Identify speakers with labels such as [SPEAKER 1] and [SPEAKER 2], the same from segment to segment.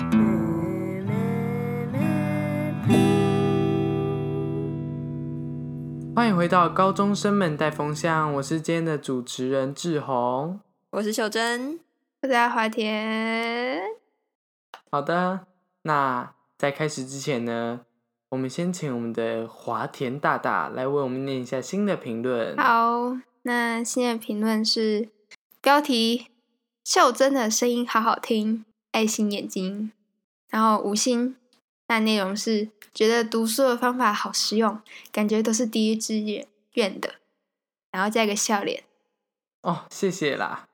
[SPEAKER 1] 嗯
[SPEAKER 2] 欢迎回到高中生们带风向，我是今天的主持人志宏。
[SPEAKER 1] 我是秀珍。
[SPEAKER 3] 我在华田，
[SPEAKER 2] 好的，那在开始之前呢，我们先请我们的华田大大来为我们念一下新的评论。，
[SPEAKER 3] 好，那现在评论是标题：秀珍的声音好好听，爱心眼睛，然后五星。那内容是觉得读书的方法好实用，感觉都是第一志愿愿的，然后加一个笑脸，
[SPEAKER 2] 哦，谢谢啦。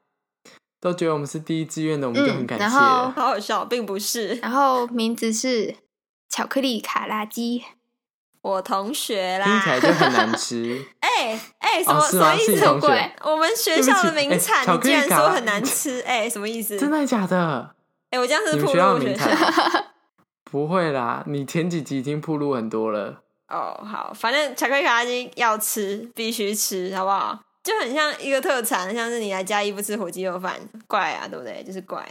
[SPEAKER 2] 都觉得我们是第一志愿的，我们就很
[SPEAKER 3] 嗯
[SPEAKER 2] 感谢
[SPEAKER 3] 然
[SPEAKER 2] 了。
[SPEAKER 3] 后
[SPEAKER 1] 好好笑，并不是
[SPEAKER 3] 然后名字是巧克力卡拉鸡，
[SPEAKER 1] 我同学啦。
[SPEAKER 2] 听起来就很难 吃。
[SPEAKER 1] 哎哎，什
[SPEAKER 2] 哦
[SPEAKER 1] 么
[SPEAKER 2] 是
[SPEAKER 1] 什
[SPEAKER 2] 吗
[SPEAKER 1] 么意
[SPEAKER 2] 是你
[SPEAKER 1] 思？
[SPEAKER 2] 同学
[SPEAKER 1] 鬼我们学校的名产，
[SPEAKER 2] 对
[SPEAKER 1] 你
[SPEAKER 2] 不起
[SPEAKER 1] 竟
[SPEAKER 2] 哎巧克力
[SPEAKER 1] 然说
[SPEAKER 2] 卡
[SPEAKER 1] 很难 吃？哎，什么意思？
[SPEAKER 2] 真的假的？
[SPEAKER 1] 哎，我这样是
[SPEAKER 2] 你
[SPEAKER 1] 不
[SPEAKER 2] 们
[SPEAKER 1] 是
[SPEAKER 2] 学
[SPEAKER 1] 暴
[SPEAKER 2] 校
[SPEAKER 1] 露
[SPEAKER 2] 名
[SPEAKER 1] 学
[SPEAKER 2] 产
[SPEAKER 1] 生？
[SPEAKER 2] 啊？不会啦，你前几集已经铺路很多了。
[SPEAKER 1] 哦，好，反正巧克力卡拉鸡要吃，必须吃，好不好？就很像一个特产，像是你来嘉义不吃火鸡肉饭，怪啊，对不对？就是怪。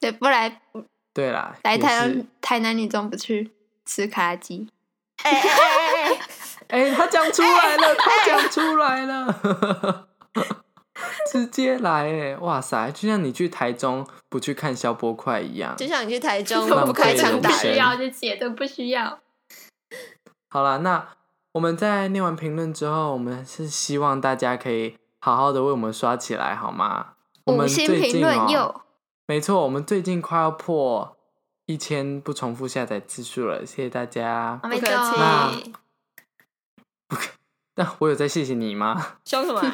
[SPEAKER 3] 对，不来
[SPEAKER 2] 对啦，
[SPEAKER 3] 来
[SPEAKER 2] 也
[SPEAKER 3] 台
[SPEAKER 2] 是
[SPEAKER 3] 南台南女中不去吃卡拉鸡，
[SPEAKER 1] 哎哎哎 哎哎，
[SPEAKER 2] 哎、他讲出来
[SPEAKER 3] 哎
[SPEAKER 2] 了，他讲出来了， 直接来哎、哇塞，就像你去台中不去看消波块一样。
[SPEAKER 1] 就像你去台中
[SPEAKER 2] 浪
[SPEAKER 1] 不开
[SPEAKER 2] 费了
[SPEAKER 1] 枪
[SPEAKER 2] 不
[SPEAKER 1] 打
[SPEAKER 2] 是
[SPEAKER 1] 人
[SPEAKER 2] 需，要
[SPEAKER 3] 这些都不需要。
[SPEAKER 2] 好啦，那我们在念完评论之后，我们是希望大家可以好好的为我们刷起来，好吗？我
[SPEAKER 3] 五
[SPEAKER 2] 们
[SPEAKER 3] 星
[SPEAKER 2] 最
[SPEAKER 3] 评
[SPEAKER 2] 近哦
[SPEAKER 3] 论又
[SPEAKER 2] 没错，我们最近快要破一千不重复下载次数了，谢谢大家。
[SPEAKER 3] 我
[SPEAKER 1] 不
[SPEAKER 3] 们
[SPEAKER 1] 客
[SPEAKER 3] 就
[SPEAKER 2] 那
[SPEAKER 1] 气，
[SPEAKER 2] 那我有在谢谢你吗？
[SPEAKER 1] 凶什么啊？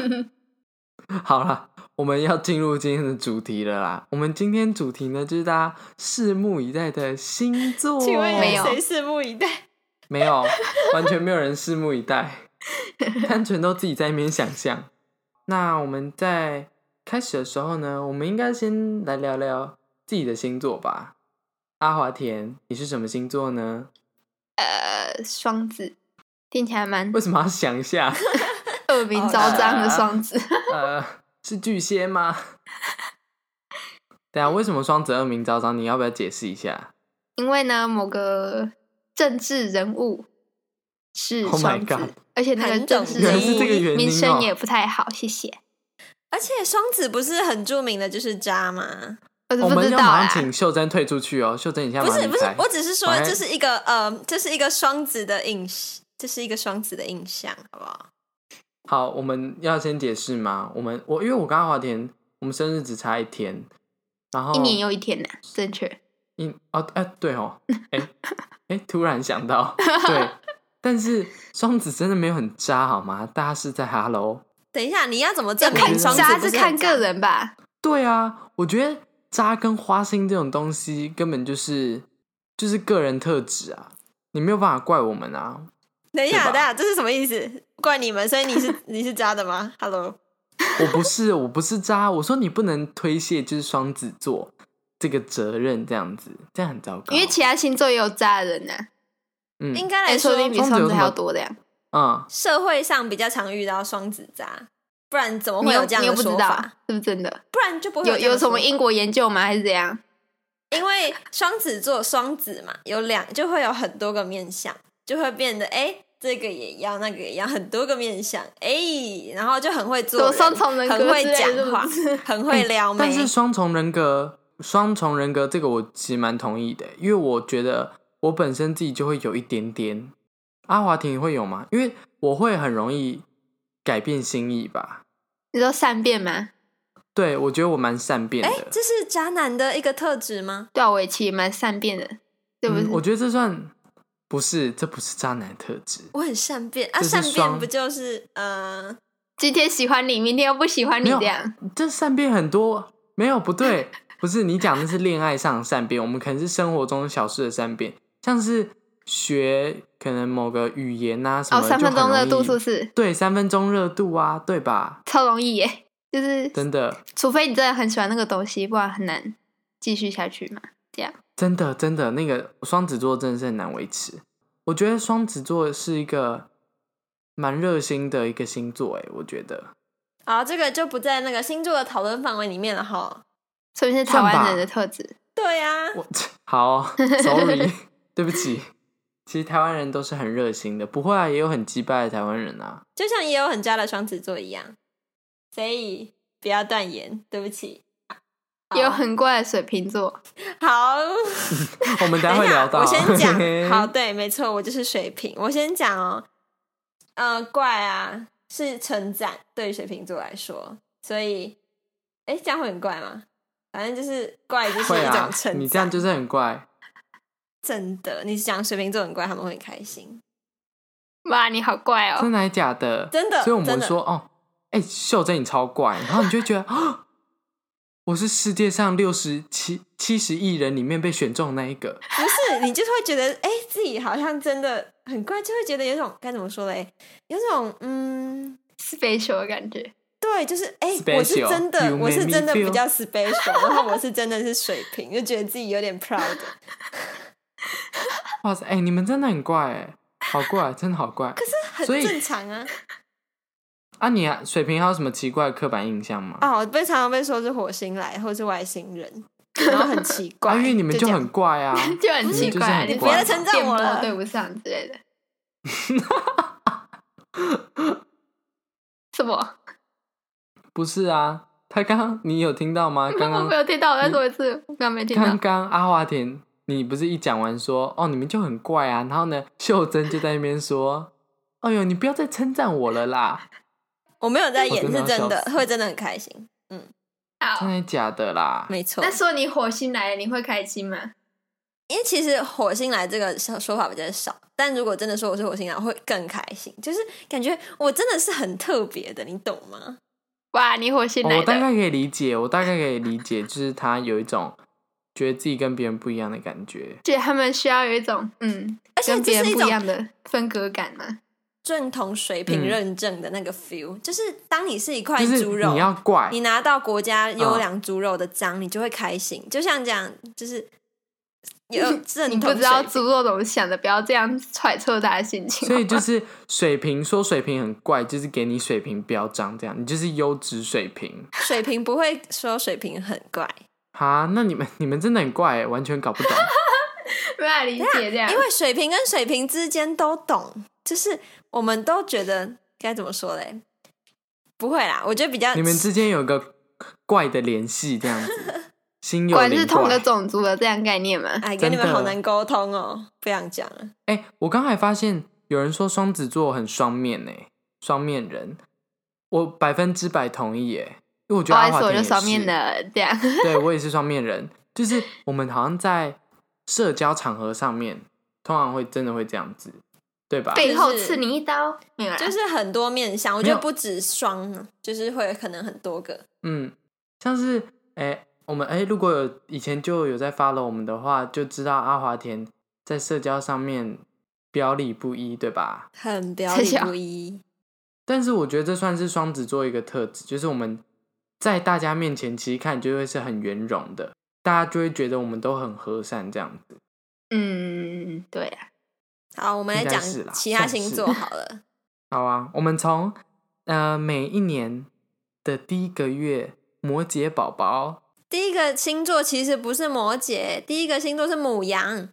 [SPEAKER 2] 好啦，我们要进入今天的主题了啦。我们今天主题呢，就是大家拭目以待的星座。
[SPEAKER 1] 请问
[SPEAKER 3] 没
[SPEAKER 1] 有
[SPEAKER 3] 有
[SPEAKER 1] 谁拭目以待？
[SPEAKER 2] 没有，完全没有人拭目以待，单纯都自己在那边想象。那我们在开始的时候呢，我们应该先来聊聊自己的星座吧。阿华田，你是什么星座呢？
[SPEAKER 3] 呃双子，听起来蛮
[SPEAKER 2] 为什么要想一 下？
[SPEAKER 3] 恶
[SPEAKER 1] 哦
[SPEAKER 3] 名昭彰的
[SPEAKER 2] 好的
[SPEAKER 3] 双子。
[SPEAKER 2] 呃，是巨蟹吗？ 对啊，为什么双子恶名昭彰？你要不要解释一下？
[SPEAKER 3] 因为呢，某个政治人物是
[SPEAKER 2] Oh my
[SPEAKER 3] 双子
[SPEAKER 2] God
[SPEAKER 3] 而且那个
[SPEAKER 1] 很
[SPEAKER 3] 政
[SPEAKER 1] 懂
[SPEAKER 3] 治
[SPEAKER 1] 原
[SPEAKER 3] 人
[SPEAKER 1] 来是这个
[SPEAKER 2] 原因
[SPEAKER 3] 物名
[SPEAKER 2] 哦
[SPEAKER 3] 声也不太好，谢谢。
[SPEAKER 1] 而且双子不是很著名的就是渣吗？
[SPEAKER 3] 我是
[SPEAKER 2] 我
[SPEAKER 3] 不
[SPEAKER 2] 们
[SPEAKER 3] 知
[SPEAKER 2] 要
[SPEAKER 3] 道哎啊
[SPEAKER 2] 马上
[SPEAKER 3] 啦，
[SPEAKER 2] 请秀珍退出去哦，秀珍你现在
[SPEAKER 1] 不
[SPEAKER 2] 马
[SPEAKER 1] 是
[SPEAKER 2] 上
[SPEAKER 1] 不
[SPEAKER 2] 离
[SPEAKER 1] 是
[SPEAKER 2] 开，。
[SPEAKER 1] 我只是
[SPEAKER 2] 我
[SPEAKER 1] 说
[SPEAKER 2] 还
[SPEAKER 1] 这是一个呃，这是一个双子的印，这是一个双子的印象，好不好？
[SPEAKER 2] 好，我们要先解释吗？我们我因为我跟阿华田，我们生日只差一天，然后
[SPEAKER 3] 一年又一天呢，正确。
[SPEAKER 2] 一哦哎、对哦，哎、哎、突然想到，对，但是双子真的没有很渣好吗？大家是在哈喽。
[SPEAKER 1] 等一下，你要怎么
[SPEAKER 3] 要
[SPEAKER 1] 证
[SPEAKER 3] 看
[SPEAKER 1] 明双子
[SPEAKER 3] 渣
[SPEAKER 1] 不
[SPEAKER 3] 是
[SPEAKER 1] 很
[SPEAKER 3] 看
[SPEAKER 1] 渣哦
[SPEAKER 3] 个？人吧，
[SPEAKER 2] 对啊，我觉得渣跟花心这种东西根本就是就是个人特质啊，你没有办法怪我们啊。
[SPEAKER 1] 等一
[SPEAKER 2] 对
[SPEAKER 1] 下，
[SPEAKER 2] 吧
[SPEAKER 1] 等一下，这是什么意思？怪你们，所以你是 你是渣的吗？Hello，
[SPEAKER 2] 我不是，我不是渣。我说你不能推卸就是双子座这个责任，这样子，这样很糟糕。
[SPEAKER 3] 因为其他星座也有渣的人呢，
[SPEAKER 2] 嗯
[SPEAKER 1] 应该
[SPEAKER 3] 哎，
[SPEAKER 1] 来
[SPEAKER 3] 说
[SPEAKER 1] 说
[SPEAKER 3] 不，定比
[SPEAKER 2] 双子
[SPEAKER 3] 双
[SPEAKER 2] 有
[SPEAKER 3] 子
[SPEAKER 2] 什
[SPEAKER 3] 还要
[SPEAKER 2] 么
[SPEAKER 3] 多的呀。
[SPEAKER 2] 嗯，
[SPEAKER 1] 社会上比较常遇到双子渣，不然怎么
[SPEAKER 3] 你
[SPEAKER 1] 会
[SPEAKER 3] 又
[SPEAKER 1] 这样
[SPEAKER 3] 你又
[SPEAKER 1] 的
[SPEAKER 3] 不知
[SPEAKER 1] 说
[SPEAKER 3] 道
[SPEAKER 1] 法？
[SPEAKER 3] 是不是真的？
[SPEAKER 1] 不然就不会
[SPEAKER 3] 有
[SPEAKER 1] 这样
[SPEAKER 3] 有
[SPEAKER 1] 的
[SPEAKER 3] 什么
[SPEAKER 1] 说法
[SPEAKER 3] 因果研究吗？还是怎样？
[SPEAKER 1] 因为双子座双子嘛，有两就会有很多个面相，就会变得哎、诶这个也要，那个也要，很多个面相，哎、然后就很会做
[SPEAKER 3] 有
[SPEAKER 1] 人，
[SPEAKER 3] 双重人格
[SPEAKER 1] 很会
[SPEAKER 3] 之类的
[SPEAKER 1] 讲话
[SPEAKER 3] 是不是，
[SPEAKER 1] 很会撩妹。
[SPEAKER 2] 嗯但是双重人格，双重人格这个我其实蛮同意的，因为我觉得我本身自己就会有一点点。阿华庭会有吗？因为我会很容易改变心意吧。
[SPEAKER 3] 你说善变吗？
[SPEAKER 2] 对，我觉得我蛮善变
[SPEAKER 1] 哎、
[SPEAKER 2] 的。
[SPEAKER 1] 这是渣男的一个特质吗？
[SPEAKER 3] 对啊，我也其实蛮善变的，对不
[SPEAKER 2] 嗯
[SPEAKER 3] 对？
[SPEAKER 2] 我觉得这算不是，这不是渣男的特质。
[SPEAKER 1] 我很善变啊，
[SPEAKER 2] 这是
[SPEAKER 1] 善
[SPEAKER 2] 双
[SPEAKER 1] 变不就是呃，
[SPEAKER 3] 今天喜欢你，明天又不喜欢你，
[SPEAKER 2] 没有
[SPEAKER 3] 这样
[SPEAKER 2] 这善变很多，没有不对， 不是你讲的是恋爱上的善变，我们可能是生活中小事的善变，像是学可能某个语言啊什么
[SPEAKER 3] 哦，
[SPEAKER 2] 的，
[SPEAKER 3] 三分钟热度是不
[SPEAKER 2] 就很容易
[SPEAKER 3] 是
[SPEAKER 2] 对，三分钟热度啊，对吧？
[SPEAKER 3] 超容易耶？就是
[SPEAKER 2] 真的，
[SPEAKER 3] 除非你真的很喜欢那个东西，不然很难继续下去嘛。
[SPEAKER 2] 真的，真的，那个双子座真的是很难维持。我觉得双子座是一个蛮热心的一个星座，哎，我觉得
[SPEAKER 1] 啊，这个就不在那个星座的讨论范围里面了哈。啊
[SPEAKER 3] 说不定是台
[SPEAKER 2] 算吧
[SPEAKER 3] 湾人的特质，
[SPEAKER 1] 对呀、
[SPEAKER 2] 我好、s o r r y 哦对不起，其实台湾人都是很热心的，不会啊，也有很鸡掰的台湾人啊。
[SPEAKER 1] 就像也有很渣的双子座一样，所以不要断言，对不起。好
[SPEAKER 3] 也有很怪的水瓶座，
[SPEAKER 1] 好，
[SPEAKER 2] 我们等
[SPEAKER 1] 等
[SPEAKER 2] 下
[SPEAKER 1] 一
[SPEAKER 2] 会聊
[SPEAKER 1] 下，
[SPEAKER 2] 到。
[SPEAKER 1] 我先
[SPEAKER 2] 嘿
[SPEAKER 1] 讲。好，，对，没错，我就是水瓶。我先讲哦，呃，怪啊，是称赞，对于水瓶座来说，所以，哎，这样会很怪吗？反正就是怪，就是
[SPEAKER 2] 会
[SPEAKER 1] 一
[SPEAKER 2] 啊
[SPEAKER 1] 种称赞、，
[SPEAKER 2] 你这样就是很怪。
[SPEAKER 1] 真的，你讲水瓶座很怪，他们会很开心。
[SPEAKER 3] 哇，你好怪哦！
[SPEAKER 2] 真的还假的？
[SPEAKER 1] 真的
[SPEAKER 2] 所以我们
[SPEAKER 1] 真的
[SPEAKER 2] 说哦，哎、秀珍你超怪，然后你就会觉 得啊，我是世界上六十七七十亿人里面被选中那一个，
[SPEAKER 1] 不是， 你就是会觉得，哎、自己好像真的很怪，就会觉得有一种该怎么说嘞，有种嗯，
[SPEAKER 3] special 的感觉。
[SPEAKER 1] 对，就是哎、我是
[SPEAKER 2] Special，
[SPEAKER 1] 真的
[SPEAKER 2] you，
[SPEAKER 1] 我
[SPEAKER 2] make
[SPEAKER 1] 是
[SPEAKER 2] me
[SPEAKER 1] 真的比
[SPEAKER 2] feel-
[SPEAKER 1] 较 special，然后我是真的是水平，就觉得自己有点 proud。
[SPEAKER 2] 哇塞，哎、你们真的很怪哎、好怪，真的好怪。
[SPEAKER 1] 可是很
[SPEAKER 2] 所以
[SPEAKER 1] 正常啊。
[SPEAKER 2] 啊，你啊，水瓶还有什么奇怪的刻板印象吗？
[SPEAKER 1] 啊，我被常常被说是火星来或是外 星人，然后很奇怪，
[SPEAKER 2] 啊，因为你们
[SPEAKER 1] 就
[SPEAKER 2] 就
[SPEAKER 1] 这样
[SPEAKER 2] 很怪啊，
[SPEAKER 3] 就很奇怪、啊，
[SPEAKER 2] 嗯你就是
[SPEAKER 3] 不要
[SPEAKER 2] 很怪你不要
[SPEAKER 1] 称赞我了
[SPEAKER 3] 对不上之 类的。什么？
[SPEAKER 2] 不是啊？他刚刚你有听到吗？ 刚
[SPEAKER 3] 我
[SPEAKER 2] 刚
[SPEAKER 3] 没有听到，我再说一次，我刚刚没听到
[SPEAKER 2] 刚。刚阿华田，你不是一讲完说哦，你们就很怪啊，然后呢， 秀珍就在那边说，哎呦，你不要再称赞我了啦，
[SPEAKER 1] 我没有在
[SPEAKER 2] 我
[SPEAKER 1] 演，
[SPEAKER 2] 真的
[SPEAKER 1] 是
[SPEAKER 2] 要
[SPEAKER 1] 真
[SPEAKER 2] 笑
[SPEAKER 1] 的
[SPEAKER 2] 死
[SPEAKER 1] 会真的很开心，
[SPEAKER 2] 真
[SPEAKER 3] 好，
[SPEAKER 2] 的假的啦？
[SPEAKER 1] 没错
[SPEAKER 3] 那。说你火星来了，你会开心吗？
[SPEAKER 1] 因为其实火星来这个说说法比较少，但如果真的说我是火星来，我会更开心，就是感觉我真的是很特别的，你懂吗？
[SPEAKER 3] 哇，你火星
[SPEAKER 2] 哦
[SPEAKER 3] 来
[SPEAKER 2] 我大
[SPEAKER 3] 的，
[SPEAKER 2] 概可以理解，我大概可以理解，就是他有一种觉得自己跟别人不一样的感觉。
[SPEAKER 3] 就他们需要有一种嗯，
[SPEAKER 1] 而且
[SPEAKER 3] 跟别
[SPEAKER 1] 这
[SPEAKER 3] 人
[SPEAKER 1] 是一
[SPEAKER 3] 不一
[SPEAKER 1] 种
[SPEAKER 3] 样的分隔感嘛。
[SPEAKER 1] 正统水平
[SPEAKER 2] 嗯
[SPEAKER 1] 认证的那个 feel，、就是当你是一块
[SPEAKER 2] 就是
[SPEAKER 1] 猪肉，
[SPEAKER 2] 你要怪，
[SPEAKER 1] 你拿到国家优良猪肉的章，你就会开心。就像这样，就是 有
[SPEAKER 3] 你
[SPEAKER 1] 正
[SPEAKER 3] 不
[SPEAKER 1] 统
[SPEAKER 3] 知道
[SPEAKER 1] 水
[SPEAKER 3] 猪肉怎么想的，不要这样揣测大家心情。
[SPEAKER 2] 所以就是水平说水平很怪，就是给你水平标章这样，你就是优质水平
[SPEAKER 1] 水平不会说水平很怪，
[SPEAKER 2] 啊。那你们你们真的很怪耶，欸完全搞不懂。
[SPEAKER 3] 没法理解这样
[SPEAKER 1] 因。为水平跟水平之间都懂，就是我们都觉得该怎么说嘞？不会啦，我觉得比
[SPEAKER 3] 啊
[SPEAKER 1] 较
[SPEAKER 2] 你们之间有个怪的联系，这样子， 心有
[SPEAKER 3] 果然
[SPEAKER 2] 灵
[SPEAKER 3] 是同个
[SPEAKER 2] 怪。
[SPEAKER 3] 种族的这样概念嘛？
[SPEAKER 1] 哎，跟你们
[SPEAKER 2] 真的
[SPEAKER 1] 好难沟通哦，不想讲了。
[SPEAKER 2] 哎、我刚才发现有人说双子座很双面呢、双面人，我百分之百同意耶、因为我
[SPEAKER 3] 不
[SPEAKER 2] 觉得
[SPEAKER 3] 好
[SPEAKER 2] 阿
[SPEAKER 3] 意
[SPEAKER 2] 华
[SPEAKER 3] 思，我就
[SPEAKER 2] 田也
[SPEAKER 3] 双面
[SPEAKER 2] 是，
[SPEAKER 3] 的这 样。
[SPEAKER 2] 对我也是双面人，就是我们好像在社交场合上面，通常会真的会这样子，对吧？
[SPEAKER 3] 背后刺你一刀，没有啦，
[SPEAKER 1] 就是很多面相，我觉
[SPEAKER 2] 没有
[SPEAKER 1] 得不止双，就是会可能很多个。
[SPEAKER 2] 嗯，像是哎、诶我们哎、诶如果有以前就有在 follow 我们的话，就知道阿华田在社交上面表里不一，对吧？
[SPEAKER 1] 很表
[SPEAKER 3] 太
[SPEAKER 1] 里
[SPEAKER 3] 小
[SPEAKER 1] 不一，
[SPEAKER 2] 但是我觉得这算是双子座一个特质，就是我们在大家面前其实看就会是很圆融的，大家就会觉得我们都很和善这样子。
[SPEAKER 3] 嗯，对啊，
[SPEAKER 1] 好，我们来
[SPEAKER 2] 应该
[SPEAKER 1] 讲
[SPEAKER 2] 是啦
[SPEAKER 1] 其他
[SPEAKER 2] 算是
[SPEAKER 1] 星座好了。
[SPEAKER 2] 好啊，我们从呃每一年的第一个月摩羯宝宝，
[SPEAKER 1] 第一个星座其实不是摩羯，第一个星座是母羊，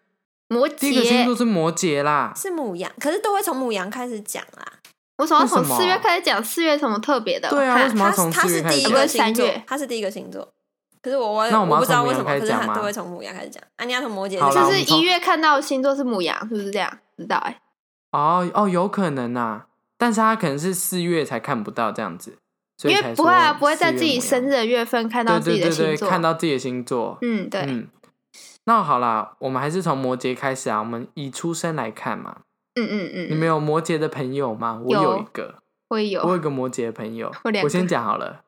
[SPEAKER 3] 摩
[SPEAKER 2] 第一个星座
[SPEAKER 3] 羯，
[SPEAKER 2] 是摩羯啦，
[SPEAKER 1] 是母羊，可是都会从母羊开始讲啦。
[SPEAKER 3] 我怎么要
[SPEAKER 2] 为
[SPEAKER 3] 从
[SPEAKER 2] 什么
[SPEAKER 3] 四月开始讲四月什么特别的哦？
[SPEAKER 2] 对啊，
[SPEAKER 3] 哈
[SPEAKER 2] 为什么要
[SPEAKER 1] 它
[SPEAKER 2] 从
[SPEAKER 1] 它
[SPEAKER 2] 四月
[SPEAKER 1] 是
[SPEAKER 2] 开
[SPEAKER 1] 第
[SPEAKER 2] 始
[SPEAKER 1] 一
[SPEAKER 2] 讲？哦
[SPEAKER 3] 讲
[SPEAKER 1] 个星
[SPEAKER 3] 不是三
[SPEAKER 1] 座
[SPEAKER 3] 月，
[SPEAKER 1] 它是第一个星座。可是我我
[SPEAKER 2] 那我们要
[SPEAKER 1] 不知道为什
[SPEAKER 2] 从母
[SPEAKER 1] 么，
[SPEAKER 2] 羊
[SPEAKER 1] 可是
[SPEAKER 2] 开始讲
[SPEAKER 1] 它
[SPEAKER 2] 吗
[SPEAKER 1] 都会从母羊开始讲。啊，你要从摩羯
[SPEAKER 2] 好啦
[SPEAKER 1] 讲
[SPEAKER 3] 就
[SPEAKER 2] 我
[SPEAKER 3] 是
[SPEAKER 2] 们从
[SPEAKER 3] 一月看到星座是母羊，是不是这样？不知道哎，
[SPEAKER 2] 哦哦，有可能啊，但是他可能是四月才看不到这样子，所以
[SPEAKER 3] 因
[SPEAKER 2] 才
[SPEAKER 3] 为不
[SPEAKER 2] 说
[SPEAKER 3] 会啊，不会在
[SPEAKER 2] 四月
[SPEAKER 3] 自己
[SPEAKER 2] 母羊
[SPEAKER 3] 生日的月份看到自己
[SPEAKER 2] 对
[SPEAKER 3] 的
[SPEAKER 2] 对对
[SPEAKER 3] 星
[SPEAKER 2] 对，
[SPEAKER 3] 座。
[SPEAKER 2] 看到自己的星座。
[SPEAKER 3] 嗯，对，
[SPEAKER 2] 嗯，那好啦，我们还是从摩羯开始啊，我们以出生来看嘛。
[SPEAKER 3] 嗯嗯嗯
[SPEAKER 2] 你们
[SPEAKER 3] 嗯，
[SPEAKER 2] 有摩羯的朋友吗？我
[SPEAKER 3] 有
[SPEAKER 2] 有一个，
[SPEAKER 3] 我也
[SPEAKER 2] 我有
[SPEAKER 3] 有
[SPEAKER 2] 一个摩羯的朋友
[SPEAKER 3] 我两。个
[SPEAKER 2] 我先讲好了，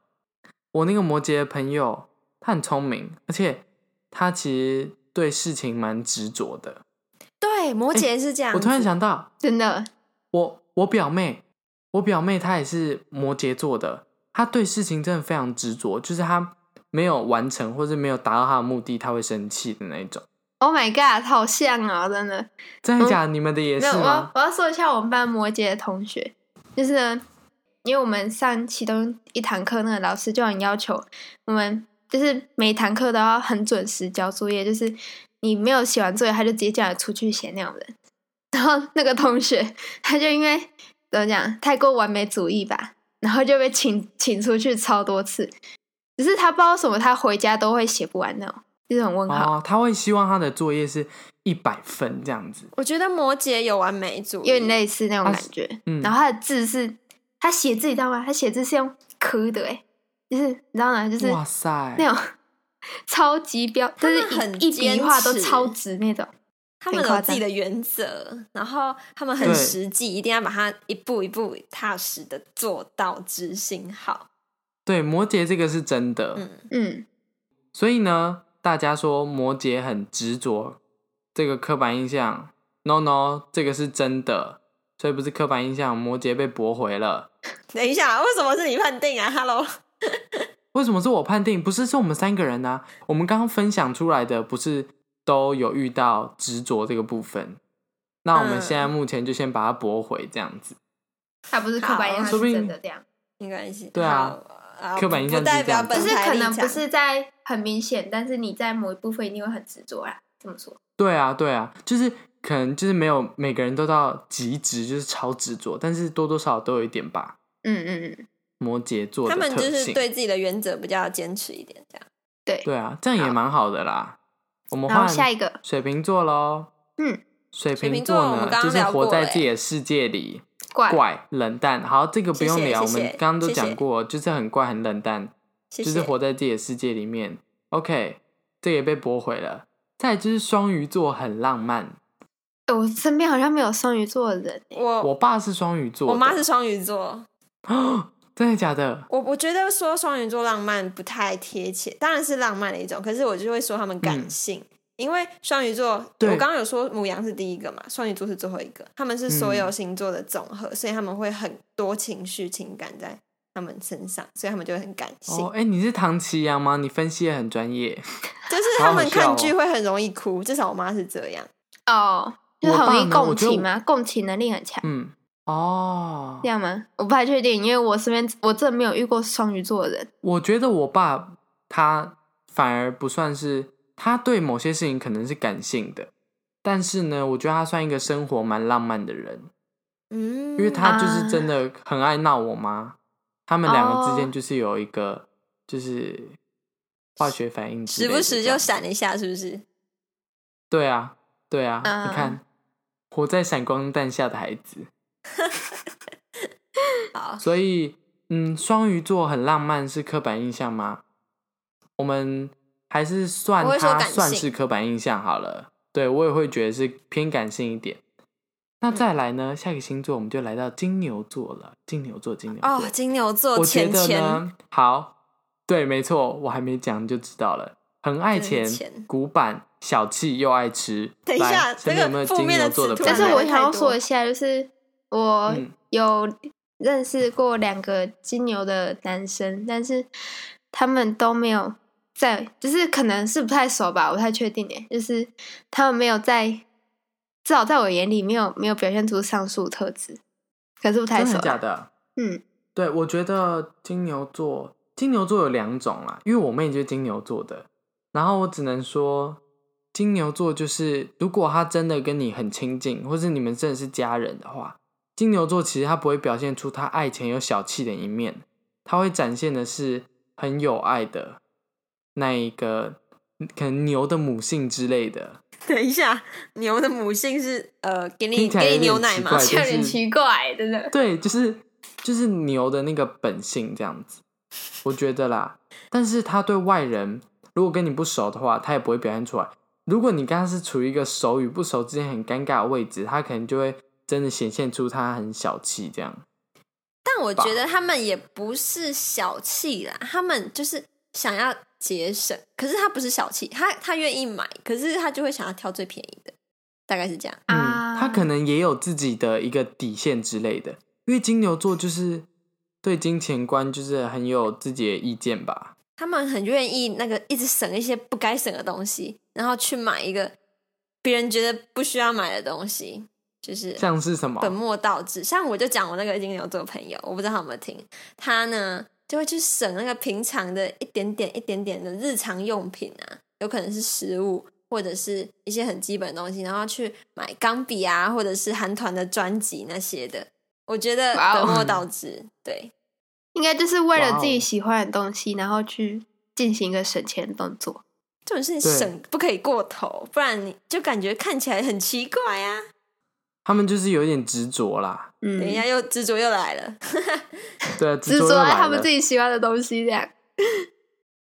[SPEAKER 2] 我那个摩羯的朋友，他很聪明，而且他其实对事情蛮执着的。
[SPEAKER 1] 对，摩羯是这样、
[SPEAKER 2] 哎我突然，想到，
[SPEAKER 3] 真的
[SPEAKER 2] 我我表妹，我表妹她也是摩羯座的，她对事情真的非常执着，就是她没有完成或是没有达到她的目的，她会生气的那一种。
[SPEAKER 3] ，Oh my God，好像啊，真的。
[SPEAKER 2] 真的假的？你们的也
[SPEAKER 3] 没
[SPEAKER 2] 是
[SPEAKER 3] 有，我要
[SPEAKER 2] 吗？
[SPEAKER 3] 我要说一下我们班摩羯的同学，就是呢，因为我们上其中一堂课，那个老师就很要求我们，就是每一堂课都要很准时交作业，就是你没有写完作业，他就直接叫你出去写那种人。 然后那个同学他就因为怎么讲太过完美主义吧，然后就被请请出去超多次。只是他不知道为什么，他回家都会写不完那种，就是很问号，
[SPEAKER 2] 哦，他会希望他的作业是一百分这样子。
[SPEAKER 1] 我觉得摩羯有完美主义，
[SPEAKER 3] 有点类似那种
[SPEAKER 2] 他
[SPEAKER 3] 感
[SPEAKER 2] 是
[SPEAKER 3] 觉。
[SPEAKER 2] 嗯，
[SPEAKER 3] 然后他的字是，他写字你知道吗？他写字是用磕的、欸，就是你知道吗？就是
[SPEAKER 2] 哇塞，
[SPEAKER 3] 那种 超级标，就
[SPEAKER 1] 们
[SPEAKER 3] 是
[SPEAKER 1] 很
[SPEAKER 3] 一一笔一
[SPEAKER 1] 坚
[SPEAKER 3] 画都
[SPEAKER 1] 持
[SPEAKER 3] 超
[SPEAKER 2] 欸
[SPEAKER 3] 直那
[SPEAKER 2] 嗯
[SPEAKER 3] 种。
[SPEAKER 1] 他们
[SPEAKER 3] 很夸
[SPEAKER 1] 有
[SPEAKER 3] 张
[SPEAKER 1] 自己的原则，然后他们很
[SPEAKER 2] 对
[SPEAKER 1] 实际，一定要把它一步一步踏实的做到执行好。
[SPEAKER 2] 对，摩羯这个是真的。
[SPEAKER 1] 嗯
[SPEAKER 3] 嗯，
[SPEAKER 2] 所以呢，大家说摩羯很执着，这个刻板印象，no no，这个是真的。所以不是刻板印象，摩羯被驳回了。
[SPEAKER 1] 等一下，为什么是你判定啊？Hello，
[SPEAKER 2] 为什么是我判定？不是是我们三个人呢、我们刚刚分享出来的，不是都有遇到执着这个部分？那我们
[SPEAKER 1] 嗯
[SPEAKER 2] 现在目前就先把它驳回，这样子。
[SPEAKER 3] 他不是刻板印象，
[SPEAKER 1] 好
[SPEAKER 3] 是
[SPEAKER 2] 啊说不定
[SPEAKER 3] 真的这样，
[SPEAKER 1] 没关系。
[SPEAKER 2] 对啊
[SPEAKER 1] 好，啊
[SPEAKER 2] 刻板印象
[SPEAKER 1] 不
[SPEAKER 2] 就是
[SPEAKER 1] 代表
[SPEAKER 2] 这样
[SPEAKER 1] 本
[SPEAKER 3] 就是
[SPEAKER 1] 台
[SPEAKER 3] 可
[SPEAKER 1] 立
[SPEAKER 3] 能
[SPEAKER 1] 场
[SPEAKER 3] 不是在很明显，但是你在某一部分一定会很执着啦。这么说，
[SPEAKER 2] 对啊，对啊，就是可能就是没有每个人都到极致，就是超执着，但是多多少少都有一点吧。
[SPEAKER 3] 嗯嗯嗯，
[SPEAKER 2] 摩羯座的
[SPEAKER 1] 他
[SPEAKER 2] 特
[SPEAKER 1] 们
[SPEAKER 2] 性，
[SPEAKER 1] 就是对自己的原则比较坚持一点，这样。
[SPEAKER 3] 对。
[SPEAKER 2] 对啊，这样也
[SPEAKER 3] 好
[SPEAKER 2] 蛮好的啦。我们
[SPEAKER 3] 然后
[SPEAKER 2] 换
[SPEAKER 3] 下一个，
[SPEAKER 2] 水瓶座喽。
[SPEAKER 3] 嗯，
[SPEAKER 2] 水
[SPEAKER 1] 水
[SPEAKER 2] 瓶
[SPEAKER 1] 瓶座我
[SPEAKER 2] 呢
[SPEAKER 1] 们，刚
[SPEAKER 2] 就
[SPEAKER 1] 刚
[SPEAKER 2] 是
[SPEAKER 1] 聊
[SPEAKER 2] 活
[SPEAKER 1] 过欸
[SPEAKER 2] 在
[SPEAKER 1] 嘞
[SPEAKER 2] 自己的世界里，
[SPEAKER 3] 怪
[SPEAKER 2] 怪冷淡。好，这个不
[SPEAKER 1] 谢
[SPEAKER 2] 用
[SPEAKER 1] 谢
[SPEAKER 2] 聊，
[SPEAKER 1] 谢
[SPEAKER 2] 我们
[SPEAKER 1] 谢
[SPEAKER 2] 刚刚都
[SPEAKER 1] 谢
[SPEAKER 2] 讲
[SPEAKER 1] 谢
[SPEAKER 2] 过，就是很怪很冷淡，
[SPEAKER 1] 谢
[SPEAKER 2] 就
[SPEAKER 1] 谢。
[SPEAKER 2] 是活在自己的世界里面。OK，这个也被驳回了。再来就是双鱼座很浪漫，
[SPEAKER 3] 欸我身边好像没有双鱼座的人欸、
[SPEAKER 1] 我
[SPEAKER 2] 我爸是双鱼座的，
[SPEAKER 1] 哦我妈是双鱼座，
[SPEAKER 2] 真的假的？
[SPEAKER 1] 我我觉得说双鱼座浪漫不太贴切，当然是浪漫的一种，可是我就会说他们感性，因为双鱼座，我
[SPEAKER 2] 嗯对
[SPEAKER 1] 刚刚有说母羊是第一个嘛，双鱼座是最后一个，他们是
[SPEAKER 2] 嗯
[SPEAKER 1] 所有星座的总和，所以他们会很多情绪情感在他们身上，所以他们就会很感性，
[SPEAKER 2] 哦，哎、你是唐奇阳吗？你分析的很专业。
[SPEAKER 1] 就是
[SPEAKER 2] 好
[SPEAKER 1] 他
[SPEAKER 2] 好
[SPEAKER 1] 们
[SPEAKER 2] 笑
[SPEAKER 1] 看
[SPEAKER 2] 哦
[SPEAKER 1] 剧会很容易哭，至少我妈是这样，
[SPEAKER 3] 哦，就
[SPEAKER 2] 我
[SPEAKER 3] 很
[SPEAKER 2] 爸
[SPEAKER 3] 容易
[SPEAKER 2] 呢我
[SPEAKER 3] 共
[SPEAKER 2] 觉得
[SPEAKER 3] 情
[SPEAKER 2] 我
[SPEAKER 3] 嘛，共情能力很强，
[SPEAKER 2] 嗯，哦
[SPEAKER 3] 这，样吗？我不太确定，因为我身边我真的没有遇过双鱼座的人。
[SPEAKER 2] 我觉得我爸他反而不算是，他对某些事情可能是感性的，但是呢，我觉得他算一个生活蛮浪漫的人，因
[SPEAKER 1] 嗯，
[SPEAKER 2] 为他就是
[SPEAKER 3] 啊
[SPEAKER 2] 真的很爱闹我妈，他们两个
[SPEAKER 3] 哦
[SPEAKER 2] 之间就是有一个就是化学反应之
[SPEAKER 1] 时
[SPEAKER 2] 类的这
[SPEAKER 1] 不
[SPEAKER 2] 样，
[SPEAKER 1] 时就闪一下，是不是？
[SPEAKER 2] 对啊，对啊，你
[SPEAKER 3] 嗯
[SPEAKER 2] 看，活在闪光弹下的孩子，
[SPEAKER 1] 好，
[SPEAKER 2] 所以，嗯，双鱼座很浪漫是刻板印象吗？我们还是算
[SPEAKER 1] 我会说
[SPEAKER 2] 它
[SPEAKER 1] 感性
[SPEAKER 2] 算是刻板印象好了。对我也会觉得是偏感性一点。
[SPEAKER 1] 嗯
[SPEAKER 2] 那再来呢？下一个星座我们就来到金牛座了。金牛座，金牛座，
[SPEAKER 1] 哦，金牛座
[SPEAKER 2] 我觉
[SPEAKER 1] 钱
[SPEAKER 2] 得
[SPEAKER 1] 钱，
[SPEAKER 2] 呢，好，对，没错，我还没讲就知道了。很爱
[SPEAKER 1] 真
[SPEAKER 2] 钱
[SPEAKER 1] 的是钱，
[SPEAKER 2] 古板，小气又爱吃。
[SPEAKER 1] 等一下
[SPEAKER 2] 来身边
[SPEAKER 1] 这个
[SPEAKER 2] 有没有
[SPEAKER 1] 负
[SPEAKER 2] 金
[SPEAKER 1] 面的
[SPEAKER 2] 牛座的
[SPEAKER 1] 词
[SPEAKER 2] 朋友？
[SPEAKER 1] 突
[SPEAKER 3] 但
[SPEAKER 1] 然
[SPEAKER 3] 是我
[SPEAKER 1] 来
[SPEAKER 3] 想
[SPEAKER 1] 太
[SPEAKER 3] 要
[SPEAKER 1] 多
[SPEAKER 3] 说一下，就是我
[SPEAKER 2] 嗯
[SPEAKER 3] 有认识过两个金牛的男生，但是他们都没有在，就是可能是不太熟吧，我不太确定诶，就是他们没有在，至少在我眼里没有没有表现出上述特质，可是不太
[SPEAKER 2] 真
[SPEAKER 3] 熟
[SPEAKER 2] 的
[SPEAKER 3] 啊，
[SPEAKER 2] 假的？
[SPEAKER 3] 嗯，
[SPEAKER 2] 对，我觉得金牛座，金牛座有两种啦，因为我妹就是金牛座的，然后我只能说，金牛座就是如果他真的跟你很亲近，或是你们真的是家人的话，金牛座其实他不会表现出他爱钱又小气的一面，他会展现的是很有爱的那一个，嗯可能牛的母性之类的，
[SPEAKER 1] 等一下，牛的母性是呃，给你
[SPEAKER 2] 听起来
[SPEAKER 1] 给你
[SPEAKER 2] 有
[SPEAKER 1] 牛
[SPEAKER 2] 点
[SPEAKER 1] 奶
[SPEAKER 2] 奇
[SPEAKER 1] 吗
[SPEAKER 3] 有点
[SPEAKER 2] 怪？哎就是
[SPEAKER 3] 奇怪，真的。
[SPEAKER 2] 对，就是就是牛的那个本性这样子，我觉得啦。但是他对外人，如果跟你不熟的话，他也不会表现出来。如果你跟他是处于一个熟与不熟之间很尴尬的位置，他可能就会真的显现出他很小气这样。
[SPEAKER 1] 但我觉得他们也不是小气啦，他们就是想要节省，可是他不是小气，他他愿意买，可是他就会想要挑最便宜的，大概是这样。
[SPEAKER 3] 啊
[SPEAKER 2] 嗯，他可能也有自己的一个底线之类的，因为金牛座就是对金钱观就是很有自己的意见吧。
[SPEAKER 1] 他们很愿意那个一直省一些不该省的东西，然后去买一个别人觉得不需要买的东西，就是
[SPEAKER 2] 像是什么？
[SPEAKER 1] 本末倒置。像我就讲我那个金牛座朋友，我不知道他有没有听，他呢就会去省那个平常的一点点、一点点的日常用品啊，有可能是食物，或者是一些很基本的东西，然后去买钢笔啊，或者是韩团的专辑那些的。我觉得
[SPEAKER 3] 哇哦
[SPEAKER 1] 本末倒置，对
[SPEAKER 3] 应该就是为
[SPEAKER 2] 哇
[SPEAKER 3] 了
[SPEAKER 2] 哦
[SPEAKER 3] 自己喜欢的东西，然后去进行一个省钱的动作。
[SPEAKER 1] 这种事情
[SPEAKER 2] 对
[SPEAKER 1] 省不可以过头，不然你就感觉看起来很奇怪啊。
[SPEAKER 2] 他们就是有点执着啦，
[SPEAKER 3] 嗯，
[SPEAKER 1] 等一下哎又执着又来了，
[SPEAKER 2] 对啊，
[SPEAKER 3] 执着
[SPEAKER 2] 着又
[SPEAKER 3] 在
[SPEAKER 2] 来
[SPEAKER 3] 他们
[SPEAKER 2] 了
[SPEAKER 3] 自己喜欢的东西，这样。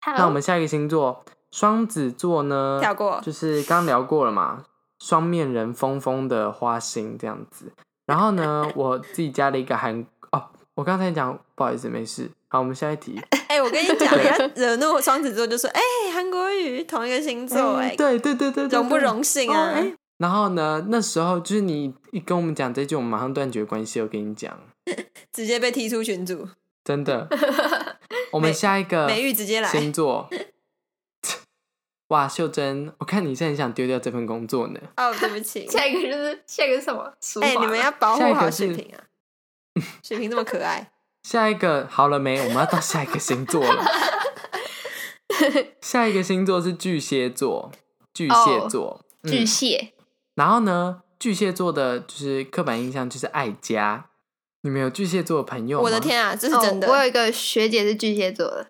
[SPEAKER 3] 好
[SPEAKER 2] 那我们下一个星座双子座呢？
[SPEAKER 3] 嗯
[SPEAKER 1] 跳过
[SPEAKER 2] 就是刚聊过了嘛，双面人疯疯的花心这样子。然后 呢，我自己加了一个韩哦，我刚才讲不好意思，没事。好，我们下一 题。
[SPEAKER 1] 哎、我跟你 讲，人家惹怒双子座就说，哎、韩国语同一个星
[SPEAKER 3] 嗯
[SPEAKER 1] 座、哎、
[SPEAKER 2] 对对对对，对
[SPEAKER 1] 荣不？
[SPEAKER 2] 对
[SPEAKER 1] 荣幸
[SPEAKER 2] 哦
[SPEAKER 1] 啊？
[SPEAKER 2] 哎然后呢，那时候就是你一跟我们讲这句，我们马上断绝关系。我跟你讲，
[SPEAKER 1] 直接被踢出群组，
[SPEAKER 2] 真 的。我们
[SPEAKER 1] 美
[SPEAKER 2] 下一个
[SPEAKER 1] 美玉直接来
[SPEAKER 2] 星座。 哇，秀珍，我看你是很想丢掉这份工作呢。
[SPEAKER 1] 哦，对 不起，
[SPEAKER 3] 下一个就是下一个是什么？舒
[SPEAKER 1] 哎、
[SPEAKER 3] 华
[SPEAKER 1] 你们
[SPEAKER 3] 吗
[SPEAKER 1] 要保
[SPEAKER 2] 下一
[SPEAKER 1] 护
[SPEAKER 2] 个
[SPEAKER 1] 好
[SPEAKER 2] 是
[SPEAKER 1] 水瓶啊！水瓶这么可爱，
[SPEAKER 2] 下一个好了没？我们要到下一个星座 了。下一个星座是巨蟹座，巨蟹座，
[SPEAKER 1] 哦
[SPEAKER 2] 嗯
[SPEAKER 3] 巨蟹，
[SPEAKER 2] 然后呢，巨蟹座的就是刻板印象就是爱家。你 们有巨蟹座的朋友吗？
[SPEAKER 1] 我的！天啊，这是
[SPEAKER 3] 哦
[SPEAKER 1] 真的！
[SPEAKER 3] 我有一个学姐是巨蟹座的，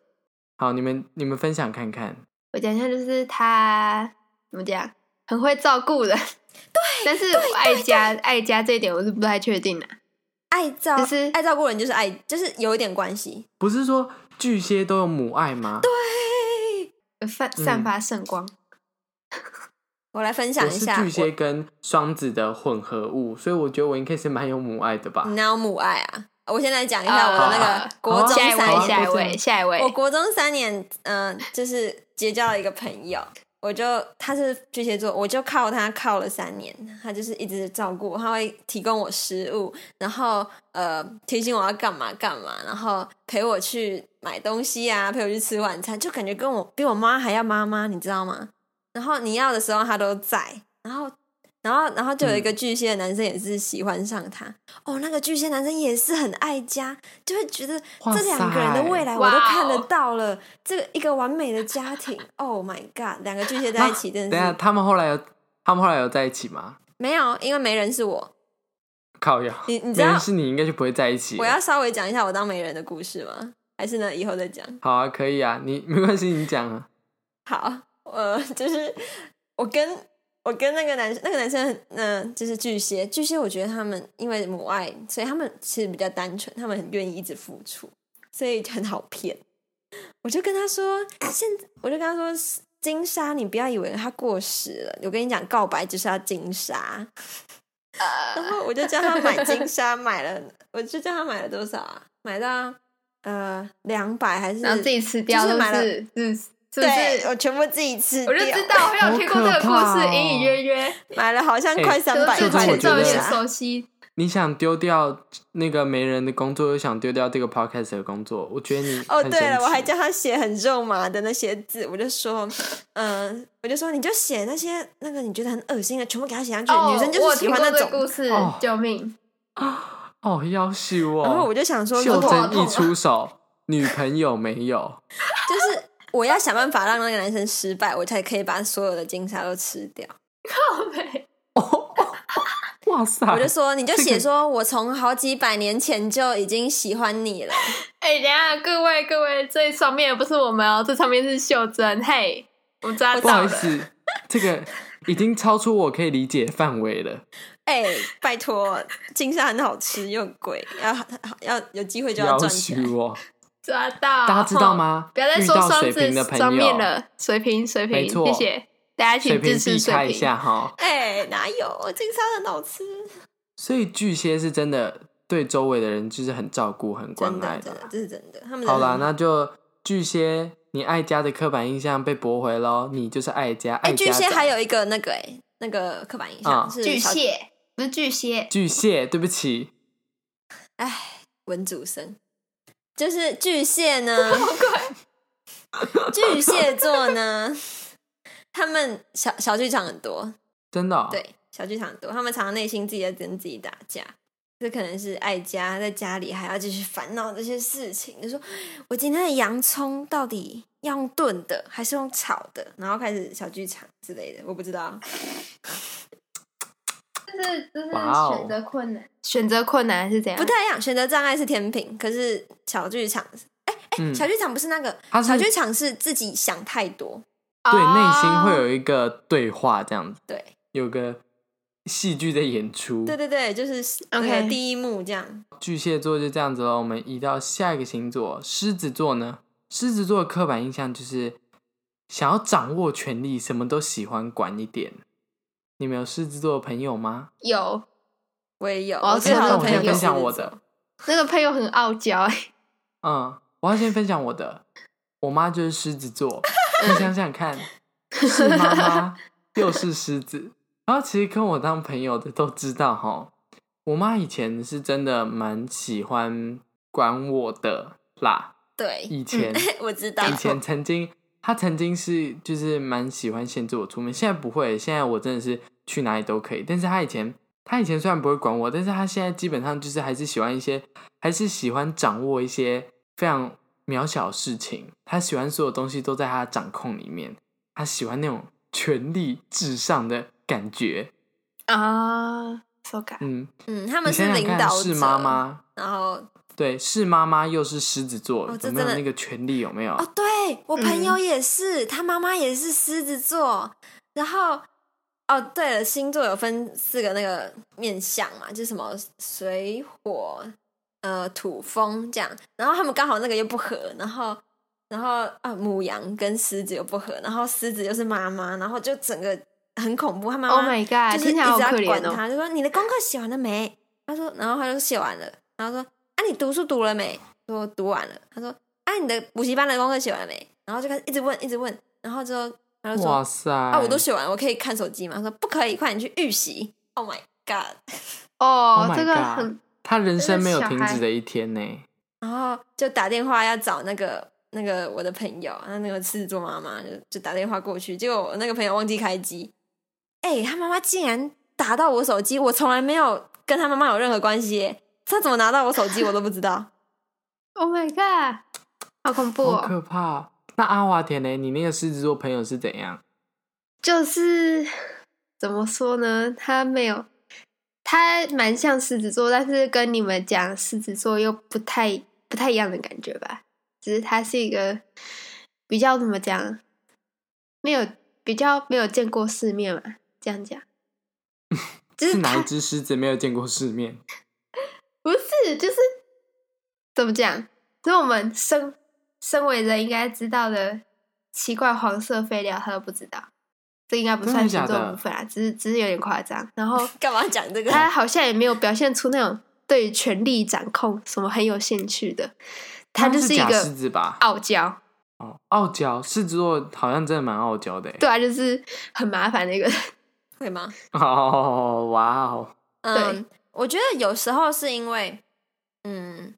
[SPEAKER 2] 好，你们你们分享看看。
[SPEAKER 3] 我讲一下，就是她怎么讲，很会照顾 人。对，但是我爱家爱家这一点我是不太确定的。
[SPEAKER 1] 爱照
[SPEAKER 3] 就是
[SPEAKER 1] 爱照顾人，就是爱，就是有一点关系。
[SPEAKER 2] 不是说巨蟹都有母爱吗？对，
[SPEAKER 3] 有散
[SPEAKER 2] 嗯
[SPEAKER 3] 散发圣光，
[SPEAKER 1] 我来分享
[SPEAKER 2] 我
[SPEAKER 1] 啊一
[SPEAKER 2] 是
[SPEAKER 1] 下，
[SPEAKER 2] 巨蟹跟双子的混合物，所以我觉得我应该是蛮有母爱的吧
[SPEAKER 1] 我你。哪有母爱啊？我先来讲一下我
[SPEAKER 2] 哦
[SPEAKER 1] 那
[SPEAKER 2] 好啊
[SPEAKER 1] 个国中
[SPEAKER 3] 下一
[SPEAKER 1] 三
[SPEAKER 3] 位，
[SPEAKER 1] 年，
[SPEAKER 3] 啊下一
[SPEAKER 2] 国中
[SPEAKER 3] 位，下一位
[SPEAKER 1] 我。国中三年，嗯、就是结交了一个朋友，我就他是巨蟹座，我就靠他靠了三年，他就是一直照顾我，他会提供我食物，然后呃提醒我要干嘛干嘛，然后陪我去买东西啊，陪我去吃晚餐，就感觉跟我比我妈还要妈妈，你知道吗？然后你要的时候他都在，然后。然后，然后就有一个巨蟹男生也是喜欢上他、哦，那个巨蟹男生也是很爱家，就会觉得
[SPEAKER 2] 哇
[SPEAKER 1] 这两个人的
[SPEAKER 2] 塞
[SPEAKER 1] 未来我
[SPEAKER 3] 哇
[SPEAKER 1] 都看得
[SPEAKER 3] 哦
[SPEAKER 1] 到了，这个一个完美的家庭。Oh my god，两个巨蟹在
[SPEAKER 2] 那
[SPEAKER 1] 一起真
[SPEAKER 2] 啊等一下
[SPEAKER 1] 的是
[SPEAKER 2] 他们后来有他们后来有在一起吗？
[SPEAKER 1] 没有，因为媒人是我。
[SPEAKER 2] 靠呀！
[SPEAKER 1] 你你知
[SPEAKER 2] 没
[SPEAKER 1] 道
[SPEAKER 2] 人是你应该就不会在一起了。
[SPEAKER 1] 我要稍微讲一下我当媒人的故事吗？还是呢，以后再讲？
[SPEAKER 2] 好啊，可以啊，你 没关系，你讲啊。
[SPEAKER 1] 好，呃， 就是我跟我跟那个男那个男生很，嗯、就是巨蟹，巨蟹，我觉得他们因为母爱，所以他们其实比较单纯，他们很愿意一直付出，所以很好骗。我就跟他说，现我就跟他说，金莎，你不要以为他过时了，我跟你讲，告白就是要金莎。
[SPEAKER 3] 呃
[SPEAKER 1] 然后我就叫他买金莎，买了，我就叫他买了多少啊？买到呃两百还是？
[SPEAKER 3] 然后自己吃掉
[SPEAKER 1] 就是
[SPEAKER 3] 都
[SPEAKER 1] 买了
[SPEAKER 3] 是，是是不
[SPEAKER 1] 对，
[SPEAKER 3] 是？
[SPEAKER 1] 我全部自己吃
[SPEAKER 3] 我就
[SPEAKER 1] 掉
[SPEAKER 3] 知道，我有听过这个故
[SPEAKER 2] 好可怕
[SPEAKER 3] 事，
[SPEAKER 2] 哦
[SPEAKER 3] 隐隐约约，
[SPEAKER 1] 买了好像快
[SPEAKER 2] 哎
[SPEAKER 1] 三
[SPEAKER 3] 就
[SPEAKER 1] 百
[SPEAKER 3] 是
[SPEAKER 1] 块
[SPEAKER 2] 这
[SPEAKER 1] 的
[SPEAKER 2] 个
[SPEAKER 3] 前
[SPEAKER 2] 觉
[SPEAKER 3] 奏有
[SPEAKER 2] 得
[SPEAKER 1] 东西
[SPEAKER 3] 点
[SPEAKER 1] 啊
[SPEAKER 3] 熟悉。
[SPEAKER 2] 你想丢掉那个没人的工作，又想丢掉这个 podcast 的工作，我觉得你
[SPEAKER 1] 哦，
[SPEAKER 2] 很
[SPEAKER 1] 对
[SPEAKER 2] 神
[SPEAKER 1] 了，
[SPEAKER 2] 奇
[SPEAKER 1] 我还叫他写很肉麻的那些字，我就说，嗯、我就说你就写那些那个你觉得很恶心的，全部给他写上去。
[SPEAKER 3] 哦
[SPEAKER 1] 女生就
[SPEAKER 3] 我
[SPEAKER 1] 是喜
[SPEAKER 3] 有
[SPEAKER 1] 欢
[SPEAKER 3] 听
[SPEAKER 1] 那
[SPEAKER 3] 过这个
[SPEAKER 1] 种。
[SPEAKER 3] 故事
[SPEAKER 2] 哦，
[SPEAKER 3] 救命！
[SPEAKER 2] 哦，要修哦。
[SPEAKER 1] 然后我就想说，如
[SPEAKER 2] 秀
[SPEAKER 1] 果
[SPEAKER 2] 珍
[SPEAKER 3] 痛
[SPEAKER 2] 一
[SPEAKER 3] 啊
[SPEAKER 2] 出手，女朋友没有，
[SPEAKER 1] 就是我要想办法让那个男生失败，我才可以把所有的金沙都吃掉。
[SPEAKER 3] 靠北
[SPEAKER 2] 哇塞！
[SPEAKER 1] 我就说，你就
[SPEAKER 2] 这个
[SPEAKER 1] 写说我从好几百年前就已经喜欢你了。
[SPEAKER 3] 哎，等一下各位各位，这上面不是我们哦，这上面是秀珍。嘿，我抓
[SPEAKER 2] 哦不
[SPEAKER 3] 到
[SPEAKER 2] 好意
[SPEAKER 3] 了。
[SPEAKER 2] 思，这个已经超出我可以理解的范围了。
[SPEAKER 1] 哎、拜托，金沙很好吃又很贵，要要有机会就要
[SPEAKER 2] 要
[SPEAKER 1] 赚啊起来。
[SPEAKER 2] 修哦，
[SPEAKER 3] 抓到，
[SPEAKER 2] 大家知道吗
[SPEAKER 3] 哦不要再说
[SPEAKER 2] 遇到
[SPEAKER 3] 双
[SPEAKER 2] 水瓶的
[SPEAKER 3] 子
[SPEAKER 2] 朋友
[SPEAKER 3] 双面了，水瓶水
[SPEAKER 2] 没
[SPEAKER 3] 瓶，
[SPEAKER 2] 错
[SPEAKER 3] 谢谢大家，
[SPEAKER 2] 水
[SPEAKER 3] 请
[SPEAKER 2] 平
[SPEAKER 3] 支
[SPEAKER 2] 避
[SPEAKER 3] 持
[SPEAKER 2] 开
[SPEAKER 3] 水
[SPEAKER 2] 一
[SPEAKER 3] 瓶。
[SPEAKER 2] 下哈。
[SPEAKER 1] 哎、哪有金沙很好吃？
[SPEAKER 2] 所以巨蟹是真的对周围的人就是很照顾、很关
[SPEAKER 1] 真
[SPEAKER 2] 爱
[SPEAKER 1] 的，真
[SPEAKER 2] 啦
[SPEAKER 1] 的，这是真的。他们
[SPEAKER 2] 好啦，
[SPEAKER 1] 了，
[SPEAKER 2] 那就巨蟹，你爱家的刻板印象被驳回喽，你就是爱家。
[SPEAKER 1] 哎、
[SPEAKER 2] 爱家
[SPEAKER 1] 巨蟹
[SPEAKER 2] 仔
[SPEAKER 1] 还有一个那个哎、那个刻板印象、
[SPEAKER 2] 嗯
[SPEAKER 1] 是
[SPEAKER 3] 巨
[SPEAKER 1] 小，
[SPEAKER 3] 蟹不是巨蟹，
[SPEAKER 2] 巨蟹，对不起，
[SPEAKER 1] 哎，文主生，就是巨 蟹呢， 巨蟹座呢，他们小小剧场很多，
[SPEAKER 2] 真的、哦。，
[SPEAKER 1] 对，小剧场很多，他们常常内心自己在跟自己打架，这可能是爱家在家里还要继续烦恼这些事情。就说我今天的洋葱到底要用炖的还是用炒的，然后开始小剧场之类的，我不知道。
[SPEAKER 3] 这是这是
[SPEAKER 2] 哇哦
[SPEAKER 3] 选择困难，选择困难是怎
[SPEAKER 2] 啊
[SPEAKER 3] 样？
[SPEAKER 1] 不太一样，选择障碍是天平，可是小剧场，
[SPEAKER 2] 嗯，
[SPEAKER 1] 小剧场不是那个，
[SPEAKER 2] 他
[SPEAKER 1] 小
[SPEAKER 2] 是
[SPEAKER 1] 剧场是自己想太多，
[SPEAKER 3] 哦
[SPEAKER 2] 对内心会有一个对话，这样子
[SPEAKER 1] 对，
[SPEAKER 2] 有个戏剧在演出。
[SPEAKER 1] 对对对，就是那个
[SPEAKER 3] OK
[SPEAKER 1] 第一幕这样。
[SPEAKER 2] 巨蟹座就这样子了。我们移到下一个星座，狮子座呢？狮子座的刻板印象就是想要掌握权力，什么都喜欢管一点。你们有狮子座的朋友
[SPEAKER 3] 哦
[SPEAKER 2] 吗？
[SPEAKER 3] 有
[SPEAKER 1] 我也有，
[SPEAKER 3] 我要
[SPEAKER 1] 最好
[SPEAKER 3] 那
[SPEAKER 1] 的
[SPEAKER 3] 我
[SPEAKER 1] 朋
[SPEAKER 3] 先
[SPEAKER 1] 友
[SPEAKER 3] 分
[SPEAKER 1] 就是
[SPEAKER 2] 享哦我
[SPEAKER 1] 这
[SPEAKER 2] 的
[SPEAKER 1] 种，
[SPEAKER 3] 那个朋友很傲 娇，
[SPEAKER 2] 嗯，我要先分享我的，我妈就是狮子座，你想想看，是妈妈又是狮子，然后其实跟我当朋友的都知道哈，我妈以前是真的蛮喜欢管我的啦，
[SPEAKER 1] 对，
[SPEAKER 2] 以前、
[SPEAKER 1] 我知道，
[SPEAKER 2] 以前曾经，他曾经是就是蛮喜欢限制我出门，现在不会，现在我真的是去哪里都可以。但是他以前，他以前虽然不会管我，但是他现在基本上就是还是喜欢一些，还是喜欢掌握一些非常渺小的事情。他喜欢所有东西都在他的掌控里面，他喜欢那种权力至上的感觉。
[SPEAKER 3] 啊，so g
[SPEAKER 2] 嗯，
[SPEAKER 1] 嗯，他们
[SPEAKER 2] 你
[SPEAKER 1] 是
[SPEAKER 2] 想想
[SPEAKER 1] 领
[SPEAKER 2] 看，
[SPEAKER 1] 导者，
[SPEAKER 2] 是妈，妈。
[SPEAKER 1] 然后
[SPEAKER 2] 对，是妈妈又是狮子座，
[SPEAKER 1] 哦这
[SPEAKER 2] 有没有
[SPEAKER 1] 真的
[SPEAKER 2] 那个权利？有没有？
[SPEAKER 1] 哦，对我朋友也是，他妈妈也是狮子座，然后哦，对了，星座有分四个那个面相嘛，就是什么水火呃土风这样，然后他们刚好那个又不合，然后然后啊母羊跟狮子又不合，然后狮子又是妈妈，然后就整个很恐怖，他妈
[SPEAKER 3] o h
[SPEAKER 1] 妈
[SPEAKER 3] Oh my
[SPEAKER 1] 就
[SPEAKER 3] god，哎听
[SPEAKER 1] 是一直
[SPEAKER 3] 起来好
[SPEAKER 1] 要
[SPEAKER 3] 可怜
[SPEAKER 1] 管
[SPEAKER 3] 哦。
[SPEAKER 1] 他，就说你的功课写完了没？他说，然后他就写完了，然后说啊你读书读了没？说读完了。他说啊你的补习班的功课写完了没？然后就开始一直问一直问，然后之后他就
[SPEAKER 2] 哇
[SPEAKER 1] 说
[SPEAKER 2] 塞！
[SPEAKER 1] 啊我都写完了，我可以看手机吗？他说不可以，快点去预习。Oh my god！
[SPEAKER 2] Oh
[SPEAKER 3] 哦
[SPEAKER 2] my，
[SPEAKER 3] 这个
[SPEAKER 2] god
[SPEAKER 3] 很
[SPEAKER 2] 他人生没有
[SPEAKER 3] 真的小
[SPEAKER 2] 停
[SPEAKER 3] 孩
[SPEAKER 2] 止的一天呢。
[SPEAKER 1] 然后就打电话要找那个那个我的朋友，然后那个狮子座妈妈就就打电话过去，结果我那个朋友忘记开机，哎、他妈妈竟然打到我手机，我从来没有跟他妈妈有任何关系耶，他怎么拿到我手机我都不 知道。
[SPEAKER 3] ，Oh my god，好恐怖
[SPEAKER 2] 好
[SPEAKER 3] 哦！
[SPEAKER 2] 可怕！那阿华田呢？你那个狮子座朋友是怎样？
[SPEAKER 3] 就是怎么说呢？他没有，他蛮像狮子座，但是跟你们讲狮子座又不太不太一样的感觉吧。只是他是一个比较怎么讲，没有比较没有见过世面嘛，这样 讲。就是
[SPEAKER 2] 是哪一
[SPEAKER 3] 他
[SPEAKER 2] 只狮子没有见过世面？
[SPEAKER 3] 不是，就是怎么讲？就是我们身身为人应该知道的奇怪黄色飞鸟，他都不知道。这应该不
[SPEAKER 2] 真的
[SPEAKER 3] 算
[SPEAKER 2] 假
[SPEAKER 3] 星座
[SPEAKER 2] 的
[SPEAKER 3] 部分啊，只是只是有点夸张。然 后
[SPEAKER 1] 干嘛讲这个？
[SPEAKER 3] 他好像也没有表现出那种对权力掌控什么很有兴趣的， 他就
[SPEAKER 2] 那是
[SPEAKER 3] 一
[SPEAKER 2] 假
[SPEAKER 3] 个
[SPEAKER 2] 狮子吧？
[SPEAKER 3] 傲娇，
[SPEAKER 2] 哦，傲娇，狮子座好像真的蛮傲娇的欸耶。
[SPEAKER 3] 对啊，就是很麻烦的一个人。
[SPEAKER 1] 会吗？
[SPEAKER 2] 哦，哇哦，
[SPEAKER 1] 嗯，我觉得有时候是因为，嗯，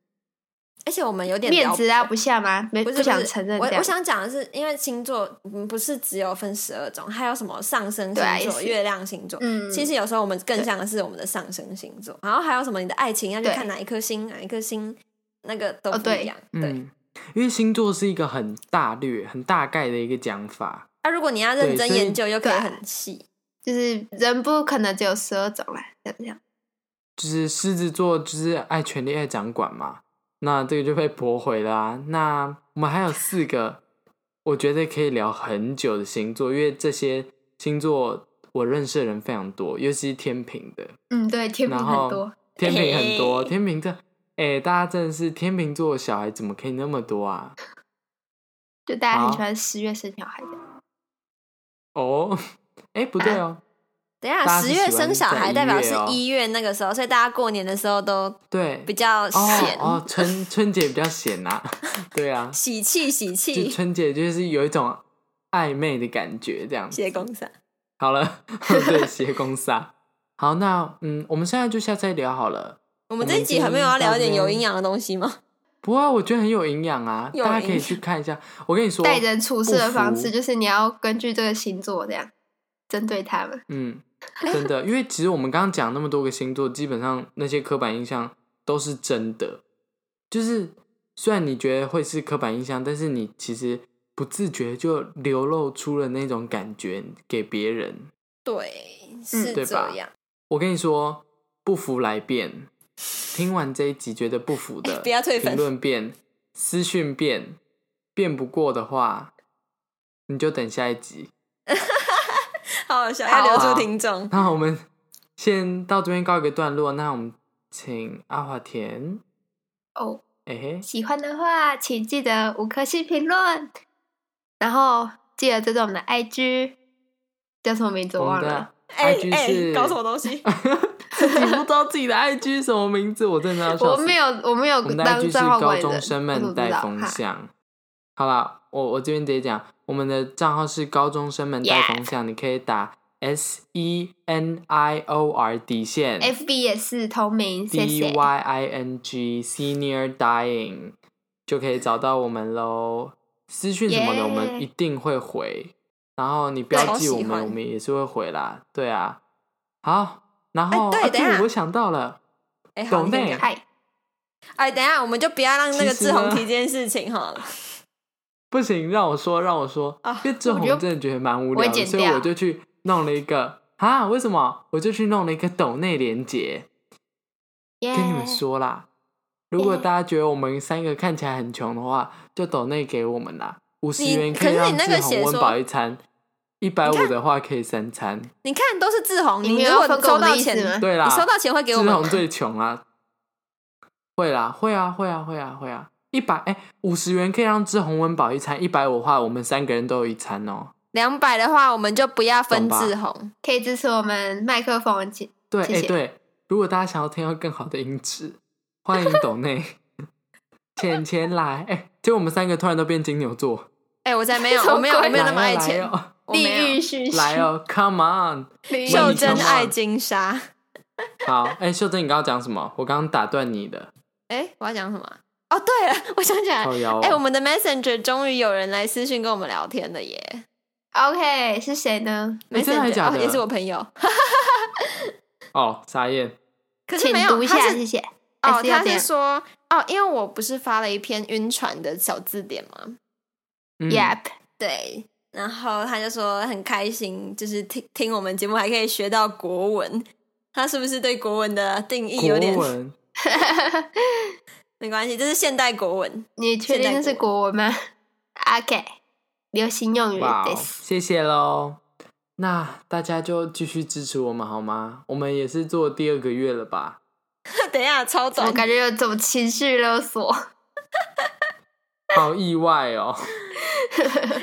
[SPEAKER 1] 而且我们有点
[SPEAKER 3] 面
[SPEAKER 1] 聊
[SPEAKER 3] 子拉不下吗？没
[SPEAKER 1] 不是
[SPEAKER 3] 想
[SPEAKER 1] 是
[SPEAKER 3] 承认
[SPEAKER 1] 我
[SPEAKER 3] 这样。
[SPEAKER 1] 我想讲的是，因为星座嗯不是只有分十二种，还有什么上升
[SPEAKER 3] 对啊
[SPEAKER 1] 星座、
[SPEAKER 3] 也是
[SPEAKER 1] 月亮星座。
[SPEAKER 3] 嗯
[SPEAKER 1] 其实有时候我们更像的是我们的上升星座，然后还有什么你的爱情要去
[SPEAKER 3] 对
[SPEAKER 1] 看哪一颗星，哪一颗星那个都
[SPEAKER 3] 哦
[SPEAKER 1] 不一样。对，
[SPEAKER 2] 嗯，因为星座是一个很大略、很大概的一个讲法。
[SPEAKER 1] 那、如果你要认
[SPEAKER 2] 对
[SPEAKER 1] 真
[SPEAKER 2] 所以
[SPEAKER 1] 研究，又可
[SPEAKER 3] 对
[SPEAKER 1] 以
[SPEAKER 3] 啊
[SPEAKER 1] 很细。
[SPEAKER 3] 就是人不可能只有十二种啦，这样这样。
[SPEAKER 2] 就是狮子座就是爱权力、爱掌管嘛，那这个就被驳回啦、那我们还有四个，我觉得可以聊很久的星座，因为这些星座我认识的人非常多，尤其是天平的，
[SPEAKER 3] 嗯，对，天平
[SPEAKER 2] 然
[SPEAKER 3] 很
[SPEAKER 2] 后
[SPEAKER 3] 多。
[SPEAKER 2] 天平很多，
[SPEAKER 1] 嘿
[SPEAKER 2] 天平这，哎、大家真的是天平座的小孩怎么可以那么多啊？
[SPEAKER 3] 就大家很
[SPEAKER 2] 好
[SPEAKER 3] 喜欢十月生小孩的。
[SPEAKER 2] 哦，哎、不对哦，
[SPEAKER 1] 等一下
[SPEAKER 2] 大家
[SPEAKER 1] 十
[SPEAKER 2] 是喜
[SPEAKER 1] 月
[SPEAKER 2] 欢
[SPEAKER 1] 生小
[SPEAKER 2] 在
[SPEAKER 1] 孩，
[SPEAKER 2] 一
[SPEAKER 1] 代表
[SPEAKER 2] 月
[SPEAKER 1] 是
[SPEAKER 2] 哦
[SPEAKER 1] 一月那个时候，所以大家过年的时候都
[SPEAKER 2] 对，
[SPEAKER 1] 比较
[SPEAKER 2] 哦
[SPEAKER 1] 闲，
[SPEAKER 2] 哦，春春节比较闲呐、对啊，
[SPEAKER 1] 喜气喜
[SPEAKER 2] 就
[SPEAKER 1] 气，
[SPEAKER 2] 春节就是有一种暧昧的感觉，这样子
[SPEAKER 1] 谢公啊伞。
[SPEAKER 2] 好了， 对，斜公煞。好，那嗯，我们现在就下次再聊好了。
[SPEAKER 1] 我们
[SPEAKER 2] 我
[SPEAKER 1] 这
[SPEAKER 2] 们
[SPEAKER 1] 一集还没有
[SPEAKER 2] 今天
[SPEAKER 1] 要
[SPEAKER 2] 到
[SPEAKER 1] 聊一点
[SPEAKER 2] 这
[SPEAKER 1] 有
[SPEAKER 2] 边
[SPEAKER 1] 营养的东西吗？
[SPEAKER 2] 不过我觉得很有营养啊，
[SPEAKER 1] 有
[SPEAKER 2] 大家可
[SPEAKER 1] 营
[SPEAKER 2] 以
[SPEAKER 1] 养
[SPEAKER 2] 去看一下。我跟你 说，
[SPEAKER 3] 待人处事的方式
[SPEAKER 2] 不服
[SPEAKER 3] 就是你要根据这个星座这样针对他们。
[SPEAKER 2] 嗯，真的，因为其实我们刚刚讲那么多个星座，基本上那些刻板印象都是真的。就是虽然你觉得会是刻板印象，但是你其实不自觉就流露出了那种感觉给别人。
[SPEAKER 1] 对，是
[SPEAKER 2] 对
[SPEAKER 1] 这
[SPEAKER 2] 吧
[SPEAKER 1] 样。
[SPEAKER 2] 我跟你说，不服来辩。听完这一集觉得不服的，
[SPEAKER 1] 不要退
[SPEAKER 2] 评
[SPEAKER 1] 粉
[SPEAKER 2] 论辩、私讯辩，辩不过的话，你就等下一集。
[SPEAKER 1] 好好笑，
[SPEAKER 3] 好
[SPEAKER 1] 要留
[SPEAKER 2] 啊
[SPEAKER 1] 住听众。
[SPEAKER 2] 那我们先到这边告一个段落。那我们请阿华田，
[SPEAKER 3] 哦。
[SPEAKER 2] 哎、嘿
[SPEAKER 3] 喜欢的话，请记得五颗星评论，然后记得追踪我们的 IG，叫什么名字我
[SPEAKER 2] 我们
[SPEAKER 3] 忘了
[SPEAKER 2] 的。
[SPEAKER 1] 哎
[SPEAKER 2] IG
[SPEAKER 1] 哎
[SPEAKER 2] 是、，
[SPEAKER 1] 搞什么东西？
[SPEAKER 2] 自己不知道自己的 IG 什么名字，我真的要笑
[SPEAKER 3] 我
[SPEAKER 2] 死。
[SPEAKER 3] 没有，我没有
[SPEAKER 2] 我们的
[SPEAKER 3] 当
[SPEAKER 2] IG 是
[SPEAKER 3] 账号
[SPEAKER 2] 高
[SPEAKER 3] 管理人，
[SPEAKER 2] 中生
[SPEAKER 3] 我怎
[SPEAKER 2] 们
[SPEAKER 3] 么知
[SPEAKER 2] 带
[SPEAKER 3] 道
[SPEAKER 2] 风
[SPEAKER 3] 哈
[SPEAKER 2] 向。好啦，我我这边直接讲，我们的账号是高中生们带
[SPEAKER 3] Yeah
[SPEAKER 2] 风向，你可以打 S E N I O R 底线
[SPEAKER 3] FB 也是同名，谢
[SPEAKER 2] D
[SPEAKER 3] 谢。
[SPEAKER 2] Y I N G Senior Dying 就可以找到我们喽。私讯什么的，
[SPEAKER 3] Yeah
[SPEAKER 2] 我们一定会回。然后你标记我
[SPEAKER 1] 超喜
[SPEAKER 2] 们，
[SPEAKER 1] 欢
[SPEAKER 2] 我们也是会回啦。对啊，好，然后、
[SPEAKER 1] 哎对
[SPEAKER 2] 啊
[SPEAKER 1] 等一下
[SPEAKER 2] 我想到了，
[SPEAKER 1] 哎，好，
[SPEAKER 2] 抖
[SPEAKER 1] 你先
[SPEAKER 2] 内
[SPEAKER 1] 讲
[SPEAKER 3] 嗨，
[SPEAKER 1] 哎，等一下，我们就不要让那个
[SPEAKER 2] 其
[SPEAKER 1] 志
[SPEAKER 2] 实呢
[SPEAKER 1] 宏提这件事情好了。
[SPEAKER 2] 不行，让我说，让我说，
[SPEAKER 1] 啊
[SPEAKER 2] 因为志宏
[SPEAKER 3] 我就
[SPEAKER 2] 真的觉得蛮无
[SPEAKER 3] 我会
[SPEAKER 2] 聊的，
[SPEAKER 3] 剪
[SPEAKER 2] 所以
[SPEAKER 3] 掉
[SPEAKER 2] 我就去弄了一个啊，为什么？我就去弄了一个抖内连接，
[SPEAKER 1] 嗯
[SPEAKER 3] 耶！
[SPEAKER 2] 跟你们说啦。如果
[SPEAKER 3] 耶
[SPEAKER 2] 大家觉得我们三个看起来很穷的话，就抖内给我们啦，五十
[SPEAKER 1] 你
[SPEAKER 2] 元
[SPEAKER 1] 可
[SPEAKER 2] 以
[SPEAKER 1] 是你
[SPEAKER 2] 让
[SPEAKER 1] 那个
[SPEAKER 2] 志宏
[SPEAKER 1] 写
[SPEAKER 2] 温
[SPEAKER 1] 说
[SPEAKER 2] 饱一餐，一百五的话可以三餐。
[SPEAKER 1] 你看，都是志宏，
[SPEAKER 3] 你没有
[SPEAKER 1] 如果
[SPEAKER 3] 要分给我
[SPEAKER 1] 收
[SPEAKER 3] 们
[SPEAKER 1] 到
[SPEAKER 3] 的意思
[SPEAKER 1] 钱，
[SPEAKER 3] 吗
[SPEAKER 2] 对啦
[SPEAKER 1] 啊你收到钱会给我
[SPEAKER 2] 志
[SPEAKER 1] 们
[SPEAKER 2] 宏。最穷啦，会啦，会啊，会啊，会啊，会啊，一百哎，五十元可以让志宏温饱一餐，一百五的话，我们三个人都有一餐哦。
[SPEAKER 1] 两百的话，我们就不要分
[SPEAKER 2] 懂吧
[SPEAKER 1] 志宏。
[SPEAKER 3] 可以支持我们麦克风请
[SPEAKER 2] 对，
[SPEAKER 3] 谢
[SPEAKER 2] 哎、
[SPEAKER 3] 谢
[SPEAKER 2] 对，如果大家想要听到更好的音质，欢迎抖内 钱钱来。哎、结果我们三个突然都变金牛座，
[SPEAKER 1] 哎，我才 没有，
[SPEAKER 3] 什么
[SPEAKER 1] 我没有，我没有那么
[SPEAKER 2] 来
[SPEAKER 1] 爱
[SPEAKER 2] 哦
[SPEAKER 1] 钱，我
[SPEAKER 3] 地
[SPEAKER 1] 没有
[SPEAKER 3] 狱叙事，
[SPEAKER 2] 来 哦，Come on！
[SPEAKER 3] 地狱
[SPEAKER 2] 秀
[SPEAKER 1] 袖
[SPEAKER 2] 你
[SPEAKER 1] 珍
[SPEAKER 2] 看
[SPEAKER 1] 爱
[SPEAKER 2] 望
[SPEAKER 1] 金沙。
[SPEAKER 2] 好，哎、秀珍，你刚刚讲什么？我刚刚打断你的，
[SPEAKER 1] 哎，我要讲什么啊？哦，对了， 我想起来了，
[SPEAKER 2] 靠腰、哦。
[SPEAKER 1] 哎，我们的 Messenger 终于有人来私讯跟我们聊天了耶
[SPEAKER 3] OK，是谁呢？
[SPEAKER 2] 哎真的还
[SPEAKER 1] Messenger，
[SPEAKER 2] 假
[SPEAKER 1] 哦
[SPEAKER 2] 的
[SPEAKER 1] 也是我朋友，
[SPEAKER 2] 哦，傻眼，
[SPEAKER 1] 可是
[SPEAKER 3] 请
[SPEAKER 1] 没有，
[SPEAKER 3] 读一
[SPEAKER 1] 他
[SPEAKER 3] 下，
[SPEAKER 1] 是
[SPEAKER 3] 谢谢。还
[SPEAKER 1] 哦，
[SPEAKER 3] 是要
[SPEAKER 1] 他
[SPEAKER 3] 这样
[SPEAKER 1] 是说哦，因为我不是发了一篇晕船的小字典吗？
[SPEAKER 2] 嗯
[SPEAKER 3] Yep，
[SPEAKER 1] 对，然后他就说很开心，就是听听我们节目还可以学到国文。他是不是对国文的定义有点
[SPEAKER 2] 国文，
[SPEAKER 1] 没关系？这是现代国文，
[SPEAKER 3] 你确定那是国文吗？OK，流行用语
[SPEAKER 2] 哇、
[SPEAKER 3] this
[SPEAKER 2] 哦，谢谢喽。那大家就继续支持我们好吗？我们也是做第二个月了吧？
[SPEAKER 1] 等一下超
[SPEAKER 3] 我
[SPEAKER 1] 短。
[SPEAKER 3] 感觉有种情绪勒 索。
[SPEAKER 2] 好意外 哦！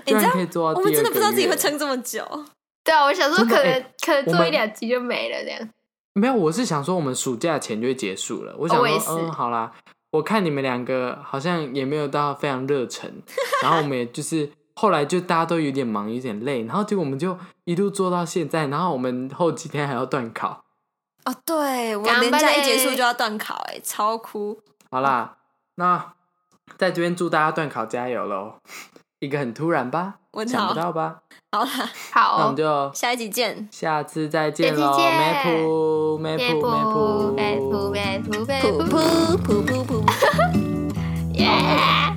[SPEAKER 2] 居然可以做
[SPEAKER 1] 我
[SPEAKER 2] 到
[SPEAKER 1] 们
[SPEAKER 2] 第二
[SPEAKER 1] 真
[SPEAKER 2] 个月，
[SPEAKER 1] 的不知道自己会撑这么久，哦
[SPEAKER 3] 对啊，我想说
[SPEAKER 2] 真的
[SPEAKER 3] 可能、
[SPEAKER 2] 欸
[SPEAKER 3] 可能
[SPEAKER 2] 我
[SPEAKER 3] 做一
[SPEAKER 2] 们
[SPEAKER 3] 两集就没了这样。
[SPEAKER 2] 没有，我是想说我们暑假前就会结束了。我想
[SPEAKER 3] 哦我也
[SPEAKER 2] 说，
[SPEAKER 3] 是
[SPEAKER 2] 嗯，好啦，我看你们两个好像也没有到非常热忱，然后我们也就是后来就大家都有点忙，有点累，然后结果我们就一路做到现在，然后我们后几天还要断考。
[SPEAKER 1] 哦，对我
[SPEAKER 3] 干
[SPEAKER 1] 连
[SPEAKER 3] 杯
[SPEAKER 1] 假一结束就要断考、哎，超哭！
[SPEAKER 2] 好啦，
[SPEAKER 3] 哦
[SPEAKER 2] 那在这边祝大家断考加油喽！一个很突然吧，
[SPEAKER 1] 问
[SPEAKER 2] 想
[SPEAKER 1] 号
[SPEAKER 2] 不到吧？
[SPEAKER 1] 好啦，
[SPEAKER 3] 好
[SPEAKER 2] 那我
[SPEAKER 3] 哦
[SPEAKER 2] 们，就
[SPEAKER 1] 下一集见，
[SPEAKER 2] 下次再见
[SPEAKER 3] 下次
[SPEAKER 2] 喽
[SPEAKER 3] 见
[SPEAKER 2] ，Map Map
[SPEAKER 3] 普哎
[SPEAKER 2] Map
[SPEAKER 3] 拜普拜普拜
[SPEAKER 1] 噗
[SPEAKER 3] 普，
[SPEAKER 1] 噗噗噗噗。
[SPEAKER 3] 耶！